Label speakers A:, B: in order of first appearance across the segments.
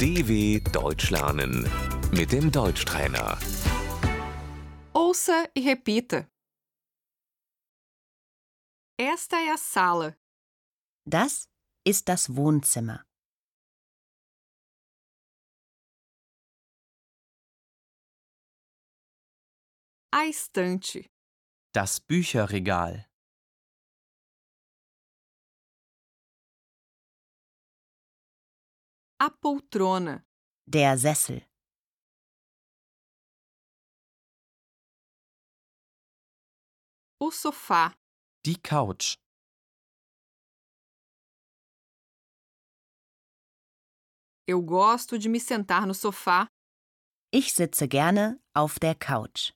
A: DW Deutsch lernen mit dem Deutschtrainer.
B: Ouça e repita. Esta é a sala.
C: Das ist das Wohnzimmer.
B: A estante.
D: Das Bücherregal.
B: A poltrona.
C: Der Sessel.
B: O sofá.
D: Die Couch.
B: Eu gosto de me sentar no sofá.
C: Ich sitze gerne auf der Couch.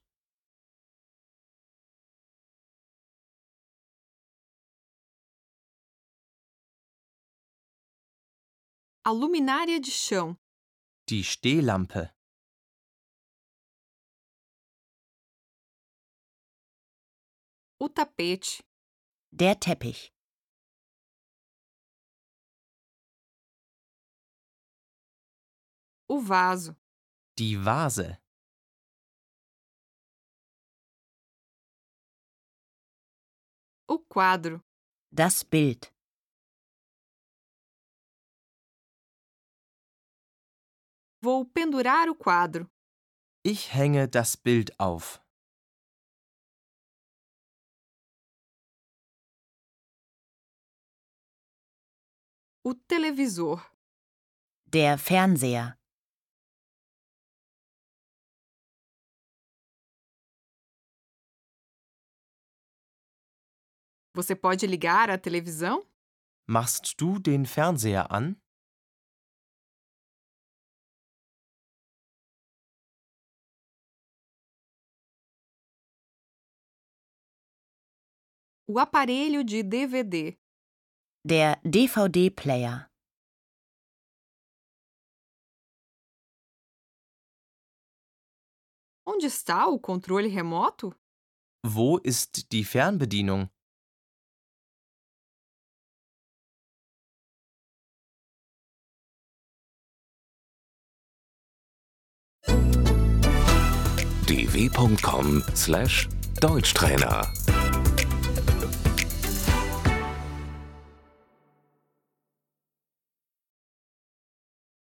B: A luminária de chão.
D: Die Stehlampe.
B: O tapete.
C: Der Teppich.
B: O vaso.
D: Die Vase.
B: O quadro.
C: Das Bild.
B: Vou pendurar o quadro.
D: Ich hänge das Bild auf.
B: O televisor.
C: Der Fernseher.
B: Você pode ligar a televisão?
D: Machst du den Fernseher an?
B: O aparelho de DVD.
C: Der DVD-Player.
B: Onde está o controle remoto?
D: Wo ist die Fernbedienung?
A: dw.com/deutschtrainer